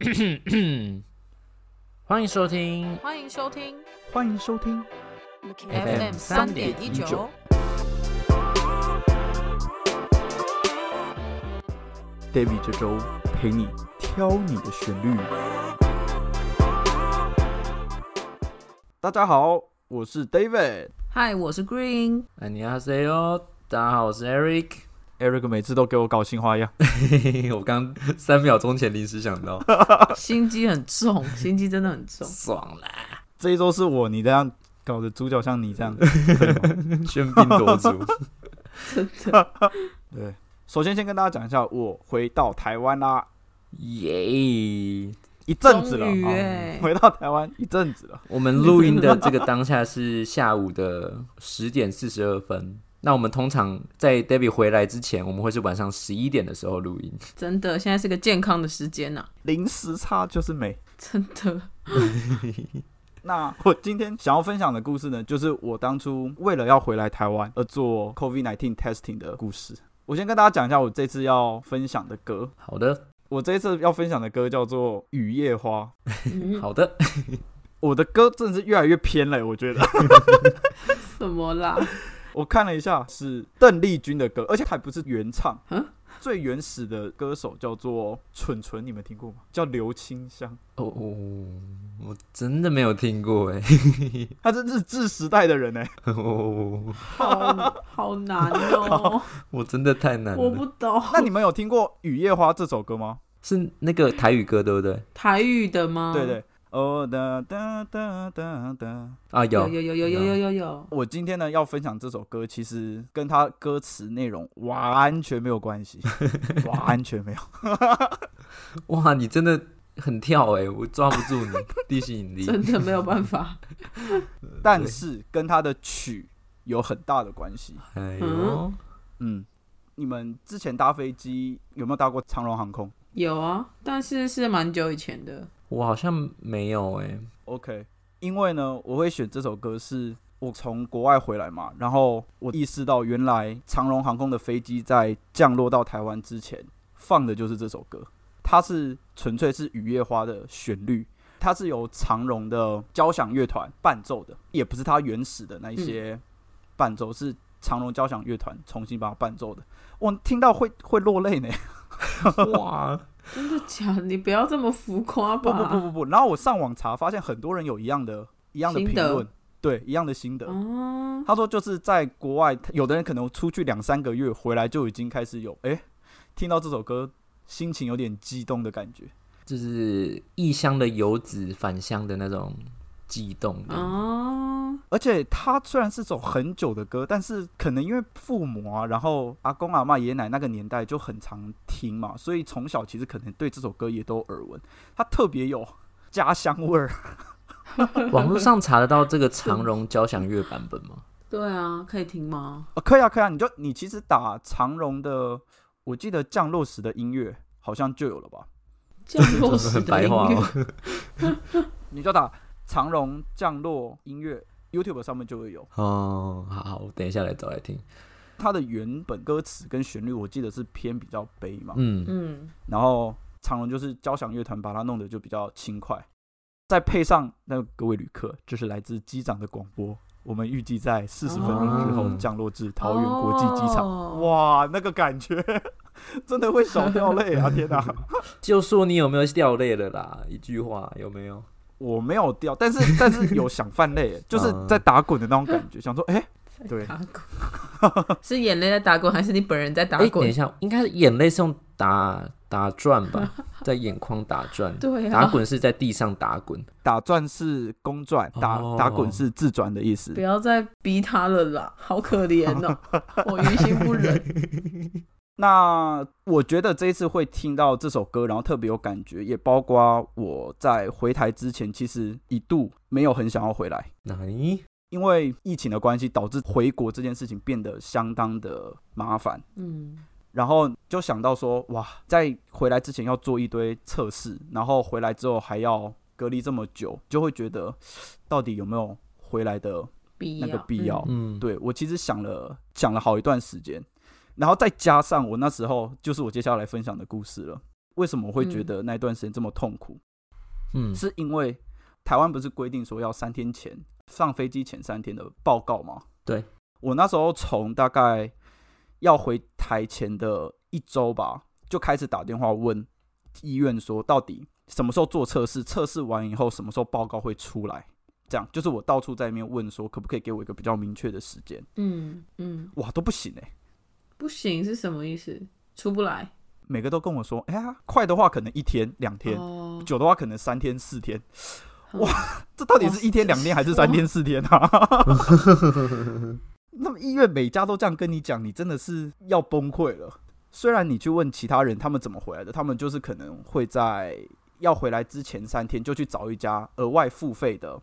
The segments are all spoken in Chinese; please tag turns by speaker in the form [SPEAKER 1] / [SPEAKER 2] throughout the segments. [SPEAKER 1] 欢迎收听
[SPEAKER 2] 欢迎收听
[SPEAKER 3] 欢迎收听，
[SPEAKER 2] FM 三点一九。
[SPEAKER 3] David 这周陪你挑你的旋律。大家好，我是 David。
[SPEAKER 2] 嗨，我是 Green。
[SPEAKER 1] 哎，你好，C O，大家好，我是 Eric。
[SPEAKER 3] Eric 每次都给我搞新花样，
[SPEAKER 1] 我刚三秒钟前临时想到，
[SPEAKER 2] 心机很重， 心机真的很重。
[SPEAKER 1] 爽啦，
[SPEAKER 3] 这一周是我，你这样搞的主角像你 这样。
[SPEAKER 1] 喧宾夺主。
[SPEAKER 3] 对，首先先跟大家讲一下，我回到台湾啦，
[SPEAKER 1] 耶、
[SPEAKER 3] 一阵子了
[SPEAKER 2] 终于
[SPEAKER 3] 啊
[SPEAKER 2] 欸，
[SPEAKER 3] 回到台湾一阵子了。
[SPEAKER 1] 我们录音的这个当下是下午的十点四十二分。 那我们通常在 Debbie 回来之前，我们会是晚上十一点的时候录音。
[SPEAKER 2] 真的，现在是个健康的时间呐、啊
[SPEAKER 3] 零时差就是美。
[SPEAKER 2] 真的。
[SPEAKER 3] 那 我今天想要分享的故事呢，就是我当初为了要回来台湾而做 COVID-19 testing 的故事。我先跟大家讲一下我这次要分享的歌，
[SPEAKER 1] 好的，
[SPEAKER 3] 我这次要分享的歌叫做《雨夜花》。
[SPEAKER 2] 嗯，
[SPEAKER 1] 好的，
[SPEAKER 3] 我的歌真的是越来越偏了，我觉得。
[SPEAKER 2] 什么啦？
[SPEAKER 3] 我看了一下，是邓丽君的歌，而且还不是原唱
[SPEAKER 2] 嗯。
[SPEAKER 3] 最原始的歌手叫做蠢蠢，你们听过吗？叫刘清香，
[SPEAKER 1] 哦哦，我真的没有听过哎，
[SPEAKER 3] 他是日治时代的人呢、欸
[SPEAKER 1] 哦，
[SPEAKER 2] 好好难哦、
[SPEAKER 1] 我真的太难
[SPEAKER 2] 我
[SPEAKER 1] 了
[SPEAKER 2] 不。懂。
[SPEAKER 3] 那你们有听过《雨夜花》这首歌吗？
[SPEAKER 1] 是那个台语歌对不对？
[SPEAKER 2] 台语的吗？
[SPEAKER 3] 对。对，哦哒哒哒哒哒。
[SPEAKER 1] 啊，
[SPEAKER 2] 有
[SPEAKER 1] 有
[SPEAKER 2] 有有有有有有有，
[SPEAKER 3] 我今天呢要分享这首歌，其实跟它歌词内容完全没有关系，完全没有。
[SPEAKER 1] 哇，你真的很跳哎，我抓不住 你地心引力。
[SPEAKER 2] 真的没有办法。
[SPEAKER 3] 但是跟它的曲有很大的关系。
[SPEAKER 1] 哎呦
[SPEAKER 2] 嗯，
[SPEAKER 3] 嗯，你们之前搭飞机有没有搭过长荣航空
[SPEAKER 2] 有啊，但是是蛮久以前的。
[SPEAKER 1] 我好像没有哎。
[SPEAKER 3] ？OK，因为呢，我会选这首歌是。我从国外回来嘛，然后我意识到原来长荣航空的飞机在降落到台湾之前放的就是这首歌，它是纯粹是《雨夜花》的旋律，它是由长荣的交响乐团伴奏的，也不是它原始的那一些
[SPEAKER 2] 嗯
[SPEAKER 3] 伴奏，是长荣交响乐团重新把它伴奏的。我听到会会落 泪呢，
[SPEAKER 1] 哇，
[SPEAKER 2] 真的假的？你不要这么浮夸
[SPEAKER 3] 不
[SPEAKER 2] 吧。
[SPEAKER 3] 不不不不，然后我上网查，发现很多人有一样的、一样的
[SPEAKER 2] 心
[SPEAKER 3] 评
[SPEAKER 2] 得
[SPEAKER 3] 论，对，一样的心得。
[SPEAKER 2] 哦，
[SPEAKER 3] 他说就是在国外，有的人可能出去两三个月回来就已经开始有，哎、听到这首歌，心情有点激动的感觉。
[SPEAKER 1] 就是异乡的游子返乡的那种悸动感。
[SPEAKER 2] 哦，
[SPEAKER 3] 而且他虽然是首很久的歌，但是可能因为父母啊，然后阿公阿嬷、爷爷奶奶那个年代就很常听嘛，所以从小其实可能对这首歌也都有耳闻。他特别有家乡味儿，
[SPEAKER 2] 嗯
[SPEAKER 1] 网络上查得到这个长荣交响乐版本 吗？
[SPEAKER 2] 对啊，可以听吗？
[SPEAKER 3] 啊，可以啊，可以啊，你就你其实打长荣的，我记得降落时的音乐好像就有了吧？
[SPEAKER 2] 降落
[SPEAKER 1] 这
[SPEAKER 2] 时
[SPEAKER 1] 很
[SPEAKER 2] 的
[SPEAKER 1] 白
[SPEAKER 2] 音
[SPEAKER 1] 话
[SPEAKER 2] 乐，
[SPEAKER 1] 哦。
[SPEAKER 3] 你就打长荣降落音乐，YouTube 上面就会有。
[SPEAKER 1] 哦，好好，我等一下来找来听。
[SPEAKER 3] 它的原本歌词跟旋律，我记得是偏比较悲嘛，
[SPEAKER 1] 嗯，
[SPEAKER 2] 嗯，
[SPEAKER 3] 然后长荣就是交响乐团把它弄得就比较轻快，再配上那个各位旅客，这是来自机长的广播，我们预计在四十分钟之后
[SPEAKER 1] 哦
[SPEAKER 3] 降落至桃园国际机场。
[SPEAKER 2] 哦、
[SPEAKER 3] 哇，那个感觉真的会小掉泪啊！天哪、
[SPEAKER 1] 就说你有没有掉泪了啦？一句话有没有？
[SPEAKER 3] 我没有掉，但是但是有想犯泪， 就是
[SPEAKER 1] 嗯
[SPEAKER 3] 在打滚的那种感觉，想说，哎、对
[SPEAKER 2] 打滚， 是眼泪在打滚，还是你本人在打
[SPEAKER 1] 哎，等
[SPEAKER 2] 滚？
[SPEAKER 1] 一下，应该是眼泪是用打打转 吧，在眼眶打转。
[SPEAKER 2] 对啊，
[SPEAKER 1] 打滚是在地上打滚，
[SPEAKER 3] 打转是公转，打
[SPEAKER 1] 哦
[SPEAKER 3] 打滚是自转的意思
[SPEAKER 2] 不。要再逼他了啦，好可怜哦， 我于心不忍。
[SPEAKER 3] 那我觉得这一次会听到这首歌，然后特别有感觉，也包括我在回台之前，其实一度没有很想要回来，
[SPEAKER 1] 哪里？
[SPEAKER 3] 因为疫情的关系，导致回国这件事情变得相当的麻烦。
[SPEAKER 2] 嗯，
[SPEAKER 3] 然后就想到说，哇，在回来之前要做一堆测试，然后回来之后还要隔离这么久，就会觉得到底有没有回来的
[SPEAKER 2] 必
[SPEAKER 3] 那
[SPEAKER 2] 要
[SPEAKER 3] 个必要？
[SPEAKER 1] 嗯，
[SPEAKER 3] 对我其实想了想了好一段时间，然后再加上我那时候就是我接下来分享的故事了。为什么我会觉得那段时间这么痛苦？
[SPEAKER 1] 嗯，
[SPEAKER 3] 是因为台湾不是规定说要三天前上飞机前三天的报告吗？
[SPEAKER 1] 对，
[SPEAKER 3] 我那时候从大概要回台前的一周吧，就开始打电话问医院说，到底什么时候做测试，测试完以后什么时候报告会出来？这样就是我到处在那边问说，可不可以给我一个比较明确的时间？
[SPEAKER 2] 嗯嗯，
[SPEAKER 3] 哇，都不行哎、
[SPEAKER 2] 不行是什么意思？出不来
[SPEAKER 3] 每个都跟我说，哎呀，快的话可能一天两天，
[SPEAKER 2] 哦，
[SPEAKER 3] 久的话可能三天四天。
[SPEAKER 2] 嗯
[SPEAKER 3] 哇，这到底是一天两天还是三天四天啊？ 那么医院每家都这样跟你讲，你真的是要崩溃了。虽然你去问其他人他们怎么回来的，他们就是可能会在要回来之前三天就去找一家额外付费的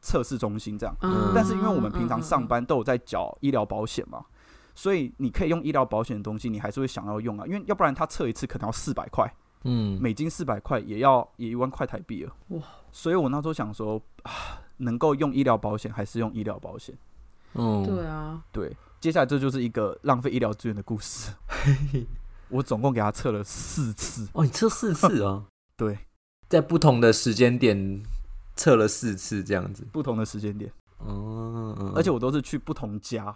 [SPEAKER 3] 测试中心这样。
[SPEAKER 1] 嗯
[SPEAKER 3] 但是因为我们平常上，
[SPEAKER 2] 嗯嗯
[SPEAKER 3] 班都有在缴医疗保险嘛，所以你可以用医疗保险的东西，你还是会想要用啊，因为要不然他测一次可能要四百块，
[SPEAKER 1] 嗯，
[SPEAKER 3] 美金四百块也要也一万块台币了。
[SPEAKER 2] 哇！
[SPEAKER 3] 所以我那时候想说，啊，能够用医疗保险还是用医疗保险。
[SPEAKER 2] 嗯嗯
[SPEAKER 1] 嗯，
[SPEAKER 2] 对啊，
[SPEAKER 3] 对，接下来这就是一个浪费医疗资源的故 事。我总共给他测了四次，
[SPEAKER 1] 哦，你测四 次哦，
[SPEAKER 3] 对，
[SPEAKER 1] 在不同的时间点测了四次这样子，
[SPEAKER 3] 不同的时间点，
[SPEAKER 1] 哦，嗯
[SPEAKER 3] 而且我都是去不同家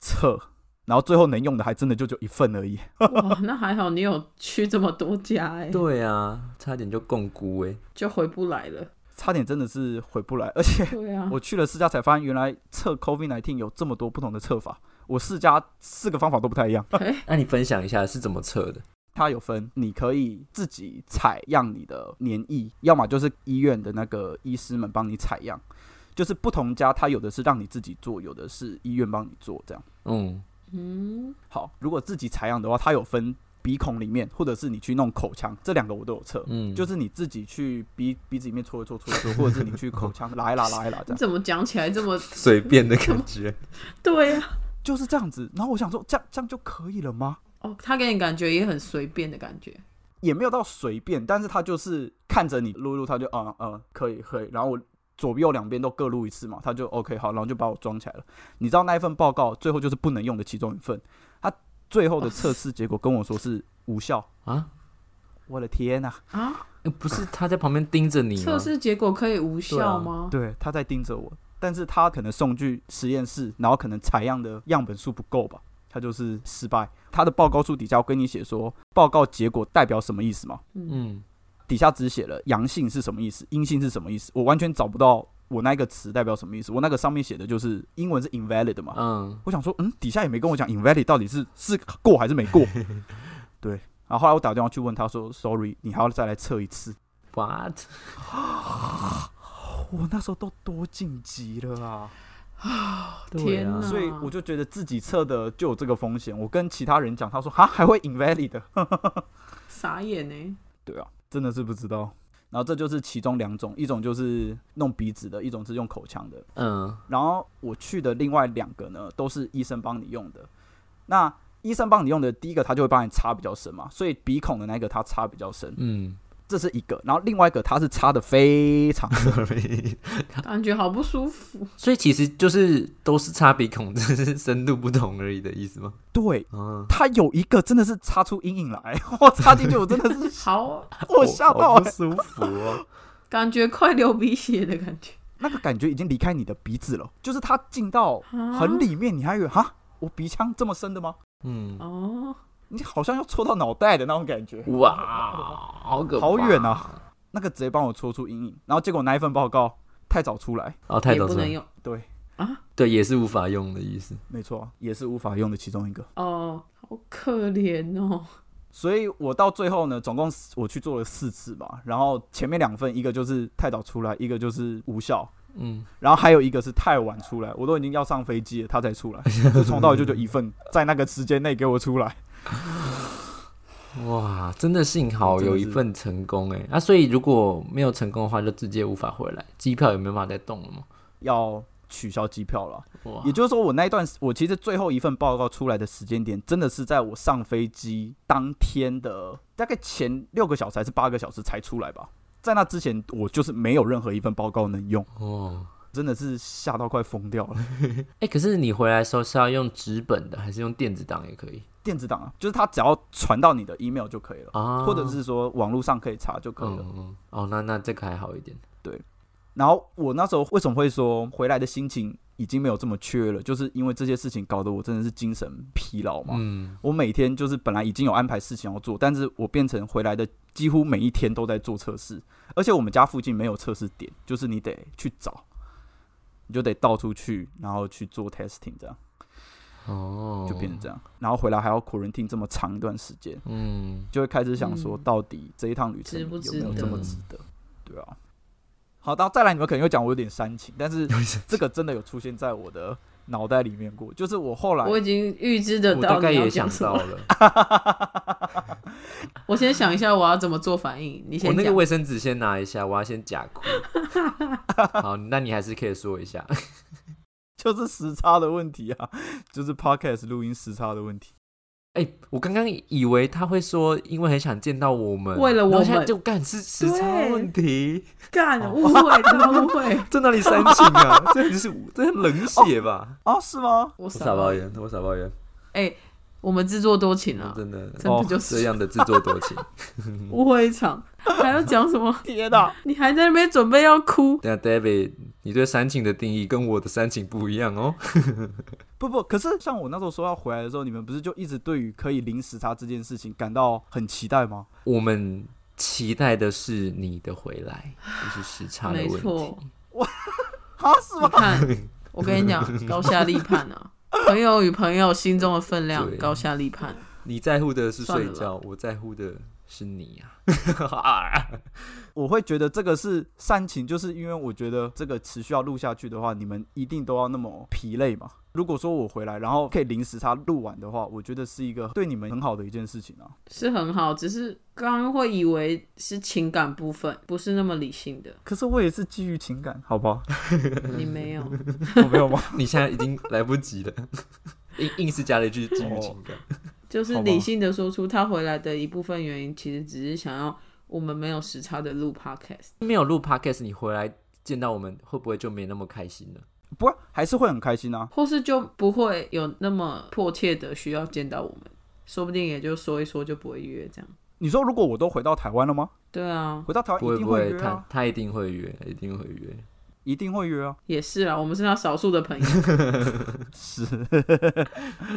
[SPEAKER 3] 测，然后最后能用的还真的就只有一份而已。
[SPEAKER 2] 哇，那还好你有去这么多家哎、
[SPEAKER 1] 对啊，差点就共估哎，
[SPEAKER 2] 就回不来了。
[SPEAKER 3] 差点真的是回不来，而 且
[SPEAKER 2] 对啊，
[SPEAKER 3] 我去了四家才发现，原来测 COVID 1 9有这么多不同的测法。我四家四个方法都不太一样，
[SPEAKER 2] 哎，
[SPEAKER 1] 那你分享一下是怎么测的？
[SPEAKER 3] 它有分，你可以自己采样你的黏液，要么就是医院的那个医师们帮你采样，就是不同家它有的是让你自己做，有的是医院帮你做这样。
[SPEAKER 1] 嗯，
[SPEAKER 2] 嗯，
[SPEAKER 3] 好，如果自己采样的话，它有分鼻孔里面，或者是你去弄口腔，这两个我都有测。
[SPEAKER 1] 嗯，
[SPEAKER 3] 就是你自己去鼻鼻子里面搓一搓搓一搓，或者是你去口腔拉一拉拉一拉，这
[SPEAKER 2] 你
[SPEAKER 3] 样
[SPEAKER 2] 怎么讲起来这么
[SPEAKER 1] 随便的感觉，
[SPEAKER 2] 对啊？
[SPEAKER 3] 就是这样子。然后我想说，这样这样就可以了吗？
[SPEAKER 2] 哦，他给你感觉也很随便的感觉。
[SPEAKER 3] 也没有到随便，但是他就是看着你撸一撸，他就嗯嗯可以可以，然后我左右两边都各撸一次嘛，他就 OK 好，然后就把我装起来了。你知道那一份报告最后就是不能用的其中一份，他最后的测试结果跟我说是无效
[SPEAKER 1] 啊。
[SPEAKER 3] 我的天呐、
[SPEAKER 2] 啊，
[SPEAKER 1] 欸不是他在旁边盯着你吗
[SPEAKER 2] 测？试结果可以无
[SPEAKER 1] 对啊
[SPEAKER 2] 效吗？
[SPEAKER 3] 对，他在盯着我，但是他可能送去实验室，然后可能采样的样本数不够吧，他就是失败。他的报告书底下我跟你写说报告结果代表什么意思吗？
[SPEAKER 2] 嗯，
[SPEAKER 1] 嗯，
[SPEAKER 3] 底下只写了阳性是什么意思，阴性是什么意思，我完全找不到我那个词代表什么意思。我那个上面写的就是英文是 invalid 嘛，
[SPEAKER 1] 嗯，
[SPEAKER 3] 我想说，嗯，底下也没跟我讲 invalid 到底是是过还是没过。对，然后后来我打电话去问他说，sorry，你还要再来测一次。
[SPEAKER 1] 哇，
[SPEAKER 3] 我那时候都多晋级了啊，
[SPEAKER 1] 对
[SPEAKER 2] 天
[SPEAKER 1] 啊，
[SPEAKER 2] 哪
[SPEAKER 3] 所以我就觉得自己测的就有这个风险。我跟其他人讲，他说哈还会 invalid 的，
[SPEAKER 2] 傻眼欸呢。
[SPEAKER 3] 对啊，真的是不知道。然后这就是其中两种，一种就是弄鼻子的，一种是用口腔的。
[SPEAKER 1] 嗯，
[SPEAKER 3] 然后我去的另外两个呢，都是医生帮你用的。那医生帮你用的第一个，他就会帮你插比较深嘛，所以鼻孔的那个他插比较深，
[SPEAKER 1] 嗯，
[SPEAKER 3] 这是一个。然后另外一个他是插的非常 深，
[SPEAKER 2] 感觉好不舒服。
[SPEAKER 1] 所以其实就是都是擦鼻孔，只是深度不同而已的意思吗？
[SPEAKER 3] 对，
[SPEAKER 1] 嗯，
[SPEAKER 3] 他有一个真的是插出阴影来， 我插进去我真的是
[SPEAKER 2] 好，
[SPEAKER 3] 我吓到、
[SPEAKER 1] 好不
[SPEAKER 3] 欸，
[SPEAKER 1] 舒服哦。
[SPEAKER 2] 感觉快流鼻血的感觉，
[SPEAKER 3] 那个感觉已经离开你的鼻子了，就是它进到很里面，你还以为哈我鼻腔这么深的吗？
[SPEAKER 1] 嗯，
[SPEAKER 2] 哦，
[SPEAKER 3] 你好像要戳到脑袋的那种感觉。
[SPEAKER 1] 哇，好可怕，
[SPEAKER 3] 好远啊！那个直接帮我戳出阴影，然后结果那一份报告太早出来，
[SPEAKER 1] 哦，太
[SPEAKER 2] 也
[SPEAKER 1] 早
[SPEAKER 2] 不
[SPEAKER 1] 出
[SPEAKER 2] 能
[SPEAKER 1] 来，
[SPEAKER 2] 用
[SPEAKER 3] 对，
[SPEAKER 2] 啊，
[SPEAKER 1] 对，也是无法用的意思。
[SPEAKER 3] 没错，也是无法用的其中一个。
[SPEAKER 2] 哦，好可怜哦，
[SPEAKER 3] 所以我到最后呢，总共我去做了四次吧，然后前面两份，一个就是太早出来，一个就是无效，
[SPEAKER 1] 嗯，
[SPEAKER 3] 然后还有一个是太晚出来，我都已经要上飞机了，他才出来，就从到尾就就一份，在那个时间内给我出来。
[SPEAKER 1] 哇，真的幸好
[SPEAKER 3] 真的
[SPEAKER 1] 有
[SPEAKER 3] 是
[SPEAKER 1] 一份成功哎。那所以如果没有成功的话，就直接无法回来，机票也没办法再动了嘛。
[SPEAKER 3] 要取消机票了，
[SPEAKER 1] 哇
[SPEAKER 3] 也，就是说，我那一段我其实最后一份报告出来的时间点，真的是在我上飞机当天的大概前六个小时还是八个小时才出来吧。在那之前，我就是没有任何一份报告能用，
[SPEAKER 1] 哦，欸
[SPEAKER 3] 真的是吓到快疯掉了。
[SPEAKER 1] 哎、可是你回来的时候是要用纸本的，还是用电子档也可以？
[SPEAKER 3] 电子档啊，就是它只要传到你的 email 就可以了，
[SPEAKER 1] 啊，
[SPEAKER 3] 或者是说网络上可以查就可以
[SPEAKER 1] 嗯
[SPEAKER 3] 了。
[SPEAKER 1] 嗯嗯哦，那那这个还好一点，
[SPEAKER 3] 然后我那时候为什么会说回来的心情已经没有这么缺了，就是因为这些事情搞得我真的是精神疲劳嘛。
[SPEAKER 1] 嗯，
[SPEAKER 3] 我每天就是本来已经有安排事情要做，但是我变成回来的几乎每一天都在做测试，而且我们家附近没有测试点，就是你得去找，你就得到处去，然后去做 testing，这样
[SPEAKER 1] 哦，
[SPEAKER 3] 就变成这样，然后回来还要 quarantine 这么长一段时间，
[SPEAKER 1] 嗯，
[SPEAKER 3] 就会开始想说，
[SPEAKER 2] 嗯
[SPEAKER 3] 到底这一趟旅程
[SPEAKER 2] 值
[SPEAKER 3] 有
[SPEAKER 2] 不
[SPEAKER 3] 没有
[SPEAKER 1] 值
[SPEAKER 3] 这么
[SPEAKER 1] 得
[SPEAKER 3] 值得？对啊。好，到再来，你们可能又讲我有点煽情，但是这个真的有出现在我的脑袋里面过，就是我后来
[SPEAKER 2] 我已经预知得
[SPEAKER 1] 哎我
[SPEAKER 2] 到
[SPEAKER 1] 大概
[SPEAKER 2] 你要
[SPEAKER 1] 也
[SPEAKER 2] 讲
[SPEAKER 1] 想
[SPEAKER 2] 什
[SPEAKER 1] 到
[SPEAKER 2] 么。
[SPEAKER 1] 了，
[SPEAKER 2] 我先想一下我要怎么做反应，你
[SPEAKER 1] 我
[SPEAKER 2] 先
[SPEAKER 1] 那个
[SPEAKER 2] 讲。
[SPEAKER 1] 卫生纸先拿一下，我要先假 哭。好，那你还是可以说一下。
[SPEAKER 3] 就是时差的问题啊，就是 podcast 录音时差的问题。
[SPEAKER 1] 哎、我刚刚以为他会说，因为很想见到我们，
[SPEAKER 2] 为了我
[SPEAKER 1] 然
[SPEAKER 2] 们
[SPEAKER 1] 后现在就干是时差问题，哦
[SPEAKER 2] 干，误会，真的 误会。
[SPEAKER 1] 这哪里煽情啊？ 这就是这是冷血吧？
[SPEAKER 3] 哦，是吗？
[SPEAKER 2] 我
[SPEAKER 1] 我傻
[SPEAKER 2] 傻包
[SPEAKER 1] 抱
[SPEAKER 2] 眼，
[SPEAKER 1] 怨，我傻抱怨，
[SPEAKER 2] 我们自作多情啊，
[SPEAKER 1] 真的
[SPEAKER 2] 真的就是
[SPEAKER 1] 哦这样的自作多 情。
[SPEAKER 2] 误会一场。还要讲什么？
[SPEAKER 3] 天哪！
[SPEAKER 2] 你还在那边准备要哭？
[SPEAKER 1] 等一下，David，你对煽情的定义跟我的煽情不一样 哦。
[SPEAKER 3] 不不，可是像我那时候说要回来的时候，你们不是就一直对于可以零时差这件事情感到很期待吗？
[SPEAKER 1] 我们期待的是你的回来，就是时差的
[SPEAKER 2] 没
[SPEAKER 1] 问题
[SPEAKER 2] 错。，
[SPEAKER 3] 啊，是
[SPEAKER 2] 你
[SPEAKER 3] 吗？
[SPEAKER 2] 看，我跟你讲，高下立判啊，朋友与朋友心中的分量
[SPEAKER 1] 对，
[SPEAKER 2] 高下立判。
[SPEAKER 1] 你在乎的是
[SPEAKER 2] 算
[SPEAKER 1] 睡
[SPEAKER 2] 了
[SPEAKER 1] 觉，我在乎的是你啊。
[SPEAKER 3] 我会觉得这个是煽情，就是因为我觉得这个持续要录下去的话，你们一定都要那么疲累嘛。如果说我回来，然后可以零时差录完的话，我觉得是一个对你们很好的一件事情啊。
[SPEAKER 2] 是很好，只是刚刚会以为是情感部分，不是那么理性的。
[SPEAKER 3] 可是我也是基于情感，好不好？
[SPEAKER 2] 你没有，
[SPEAKER 3] 我没有吗？
[SPEAKER 1] 你现在已经来不及了， 硬硬是加了一句基于
[SPEAKER 3] 哦
[SPEAKER 1] 情感。
[SPEAKER 2] 就是理性的说出他回来的一部分原因，其实只是想要我们没有时差的录 podcast。
[SPEAKER 1] 没有录 podcast，你回来见到我们会不会就没那么开心了？
[SPEAKER 3] 不过还是会很开心啊。
[SPEAKER 2] 或是就不会有那么迫切的需要见到我们，说不定也就说一说就不会约这样。
[SPEAKER 3] 你说如果我都回到台湾了吗？
[SPEAKER 2] 对啊，
[SPEAKER 3] 回到台湾
[SPEAKER 1] 不会
[SPEAKER 3] 一定
[SPEAKER 1] 不
[SPEAKER 3] 会
[SPEAKER 1] 会，
[SPEAKER 3] 约
[SPEAKER 1] 他
[SPEAKER 3] 啊，
[SPEAKER 1] 他一定会约，一定会约。
[SPEAKER 3] 一定会约啊。
[SPEAKER 2] 也是啊，我们是他少数的朋友，
[SPEAKER 3] 是，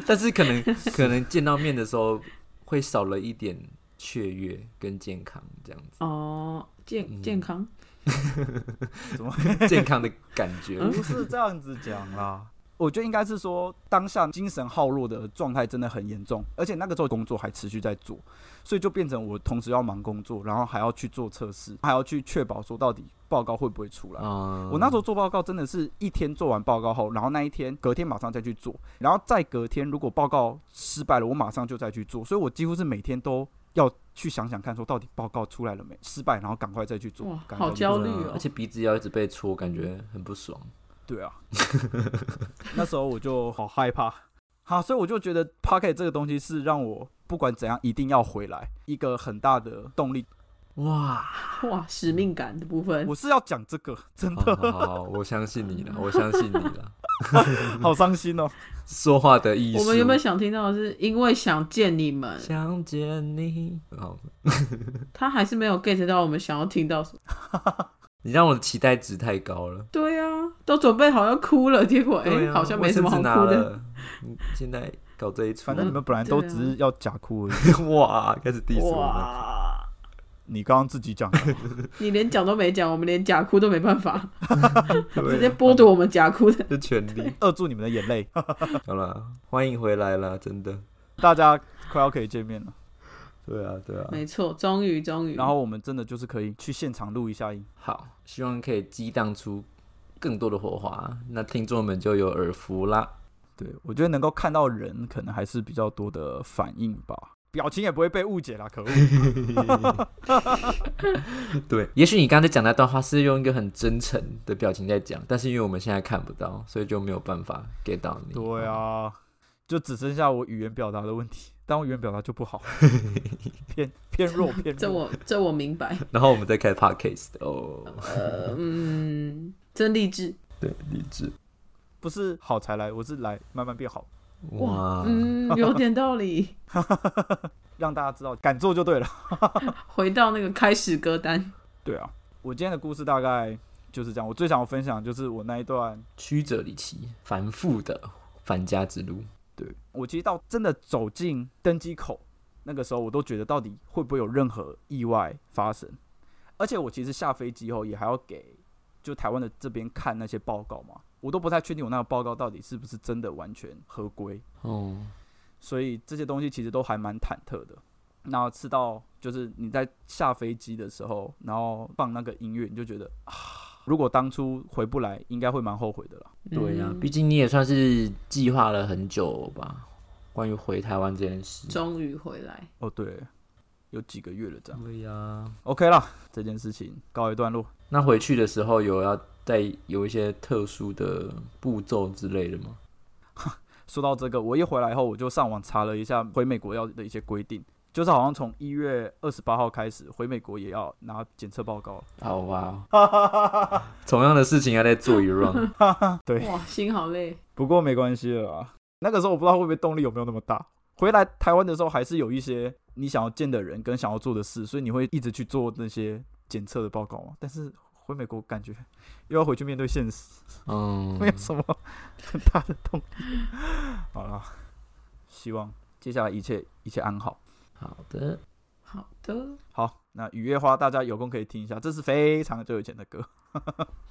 [SPEAKER 1] 但是可能可能见到面的时候会少了一点雀跃跟健康这样
[SPEAKER 2] 哦，健
[SPEAKER 1] 嗯
[SPEAKER 2] 健康，
[SPEAKER 1] 子，健康的感觉。
[SPEAKER 3] 不是这样子讲啦。 我觉得应该是说，当下精神耗弱的状态真的很严重，而且那个时候工作还持续在做，所以就变成我同时要忙工作，然后还要去做测试，还要去确保说到底报告会不会出来。
[SPEAKER 1] 嗯，
[SPEAKER 3] 我那时候做报告真的是一天做完报告后，然后那一天隔天马上再去做，然后再隔天如果报告失败了，我马上就再去做，所以我几乎是每天都要去想想看，说到底报告出来了没，失败然后赶快再去做
[SPEAKER 2] 哇，
[SPEAKER 3] 赶快
[SPEAKER 2] 好
[SPEAKER 3] 再去
[SPEAKER 2] 焦
[SPEAKER 3] 做
[SPEAKER 2] 虑
[SPEAKER 1] 对啊
[SPEAKER 2] 哦
[SPEAKER 1] 而且鼻子要一直被戳，感觉很不爽。
[SPEAKER 3] 对啊， 那时候我就好害怕，好，所以我就觉得 p o c k e t 这个东西是让我不管怎样一定要回来一个很大的动力。
[SPEAKER 1] 哇，
[SPEAKER 2] 哇，使命感的部分
[SPEAKER 3] 我是要讲这个，真
[SPEAKER 1] 好好
[SPEAKER 3] 的
[SPEAKER 1] 好好，我相信你了，我相信你了。
[SPEAKER 3] 好伤心哦。
[SPEAKER 1] 说话的艺术。
[SPEAKER 2] 我们原本想听到的是因为想见你们，
[SPEAKER 1] 想见你，很好。
[SPEAKER 2] 他还是没有 get 到我们想要听到什么。
[SPEAKER 1] 你让我的期待值太高了。
[SPEAKER 2] 对啊，都准备好要哭了，结果哎、
[SPEAKER 1] 对啊
[SPEAKER 2] 好像没什么好
[SPEAKER 1] 卫
[SPEAKER 2] 哭
[SPEAKER 1] 生纸拿
[SPEAKER 2] 的。
[SPEAKER 1] 了。你现在搞这一出，
[SPEAKER 3] 反正你们本来都只是要假哭而已，
[SPEAKER 1] 哇，开始 diss 我们。
[SPEAKER 2] 哇，
[SPEAKER 3] 你刚刚自己讲的，
[SPEAKER 2] 你连讲都没讲，我们连假哭都没办法，
[SPEAKER 1] 对啊嗯
[SPEAKER 2] 直接剥夺我们假哭的。
[SPEAKER 1] 这权利。
[SPEAKER 3] 扼住你们的眼泪。
[SPEAKER 1] 好了，欢迎回来啦，真的。
[SPEAKER 3] 大家快要可以见面了，
[SPEAKER 1] 对啊，对啊。
[SPEAKER 2] 没错，终于终于，
[SPEAKER 3] 然后我们真的就是可以去现场录一下音。
[SPEAKER 1] 好，希望可以激荡出更多的火花，那听众们就有耳福啦。
[SPEAKER 3] 对我觉得能够看到人，可能还是比较多的反应吧，表情也不会被误解啦。可恶，
[SPEAKER 1] 对，也许你刚才讲那段话是用一个很真诚的表情在讲，但是因为我们现在看不到，所以就没有办法 get 到你。
[SPEAKER 3] 对，啊，就只剩下我语言表达的问题，但我语言表达就不好，偏偏弱偏
[SPEAKER 2] 这
[SPEAKER 3] 弱。
[SPEAKER 2] 我这我明白，
[SPEAKER 1] 然后我们再开 podcast 哦，
[SPEAKER 2] 呃嗯，真励志。
[SPEAKER 1] 对，励志。
[SPEAKER 3] 不是好才来，我是来慢慢变好。
[SPEAKER 1] 哇，
[SPEAKER 2] 嗯，有点道理。
[SPEAKER 3] 让大家知道敢做就对了。
[SPEAKER 2] 回到那个开始歌单，
[SPEAKER 3] 对啊，我今天的故事大概就是这样。我最想要分享的就是我那一段
[SPEAKER 1] 曲折离奇，反复的返家之路。
[SPEAKER 3] 对我其实到真的走进登机口那个时候，我都觉得到底会不会有任何意外发生。而且我其实下飞机后也还要给就台湾的这边看那些报告嘛，我都不太确定我那个报告到底是不是真的完全合规，
[SPEAKER 1] 哦，
[SPEAKER 3] 所以这些东西其实都还蛮忐忑的。那吃到就是你在下飞机的时候，然后放那个音乐，你就觉得啊，如果当初回不来，应该会蛮后悔的啦。
[SPEAKER 1] 对呀、
[SPEAKER 2] 嗯
[SPEAKER 1] 毕竟你也算是计划了很久吧，关于回台湾这件事。
[SPEAKER 2] 终于回来，
[SPEAKER 3] 哦，对，有几个月了这样。
[SPEAKER 1] 对呀、
[SPEAKER 3] OK 啦，这件事情告一段落。
[SPEAKER 1] 那回去的时候有要再有一些特殊的步骤之类的吗？
[SPEAKER 3] 说到这个，我一回来后我就上网查了一下回美国要的一些规定，就是好像从一月二十八号开始，回美国也要拿检测报告。
[SPEAKER 1] 好啊哇、 同样的事情要再做一 round。
[SPEAKER 3] 对
[SPEAKER 2] 哇，心好累。
[SPEAKER 3] 不过没关系了啦，那个时候我不知道会不会动力有没有那么大。回来台湾的时候，还是有一些你想要见的人跟想要做的事，所以你会一直去做那些检测的报告嘛。但是回美国感觉又要回去面对现实，
[SPEAKER 1] 嗯
[SPEAKER 3] 没，有什么很大的动力。好了，希望接下来一切一切安好。
[SPEAKER 1] 好的，
[SPEAKER 2] 好的，
[SPEAKER 3] 好，那雨夜花大家有空可以听一下，这是非常久以前的歌。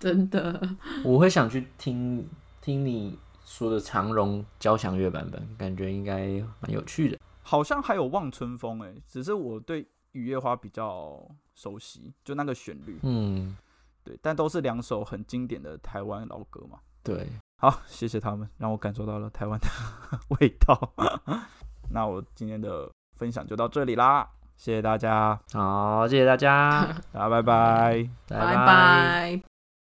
[SPEAKER 2] 真的，
[SPEAKER 1] 我会想去听听你说的长荣交响乐版本，感觉应该蛮有趣的。
[SPEAKER 3] 好像还有《望春风》哎，只是我对雨夜花比较熟悉，就那个旋律，
[SPEAKER 1] 嗯，
[SPEAKER 3] 对，但都是两首很经典的台湾老歌嘛。
[SPEAKER 1] 对，
[SPEAKER 3] 好，谢谢他们，让我感受到了台湾的 味道。 那我今天的分享就到这里啦，谢谢大家，
[SPEAKER 1] 好，谢谢大家，
[SPEAKER 3] 大家拜拜。
[SPEAKER 1] 拜
[SPEAKER 2] 拜拜。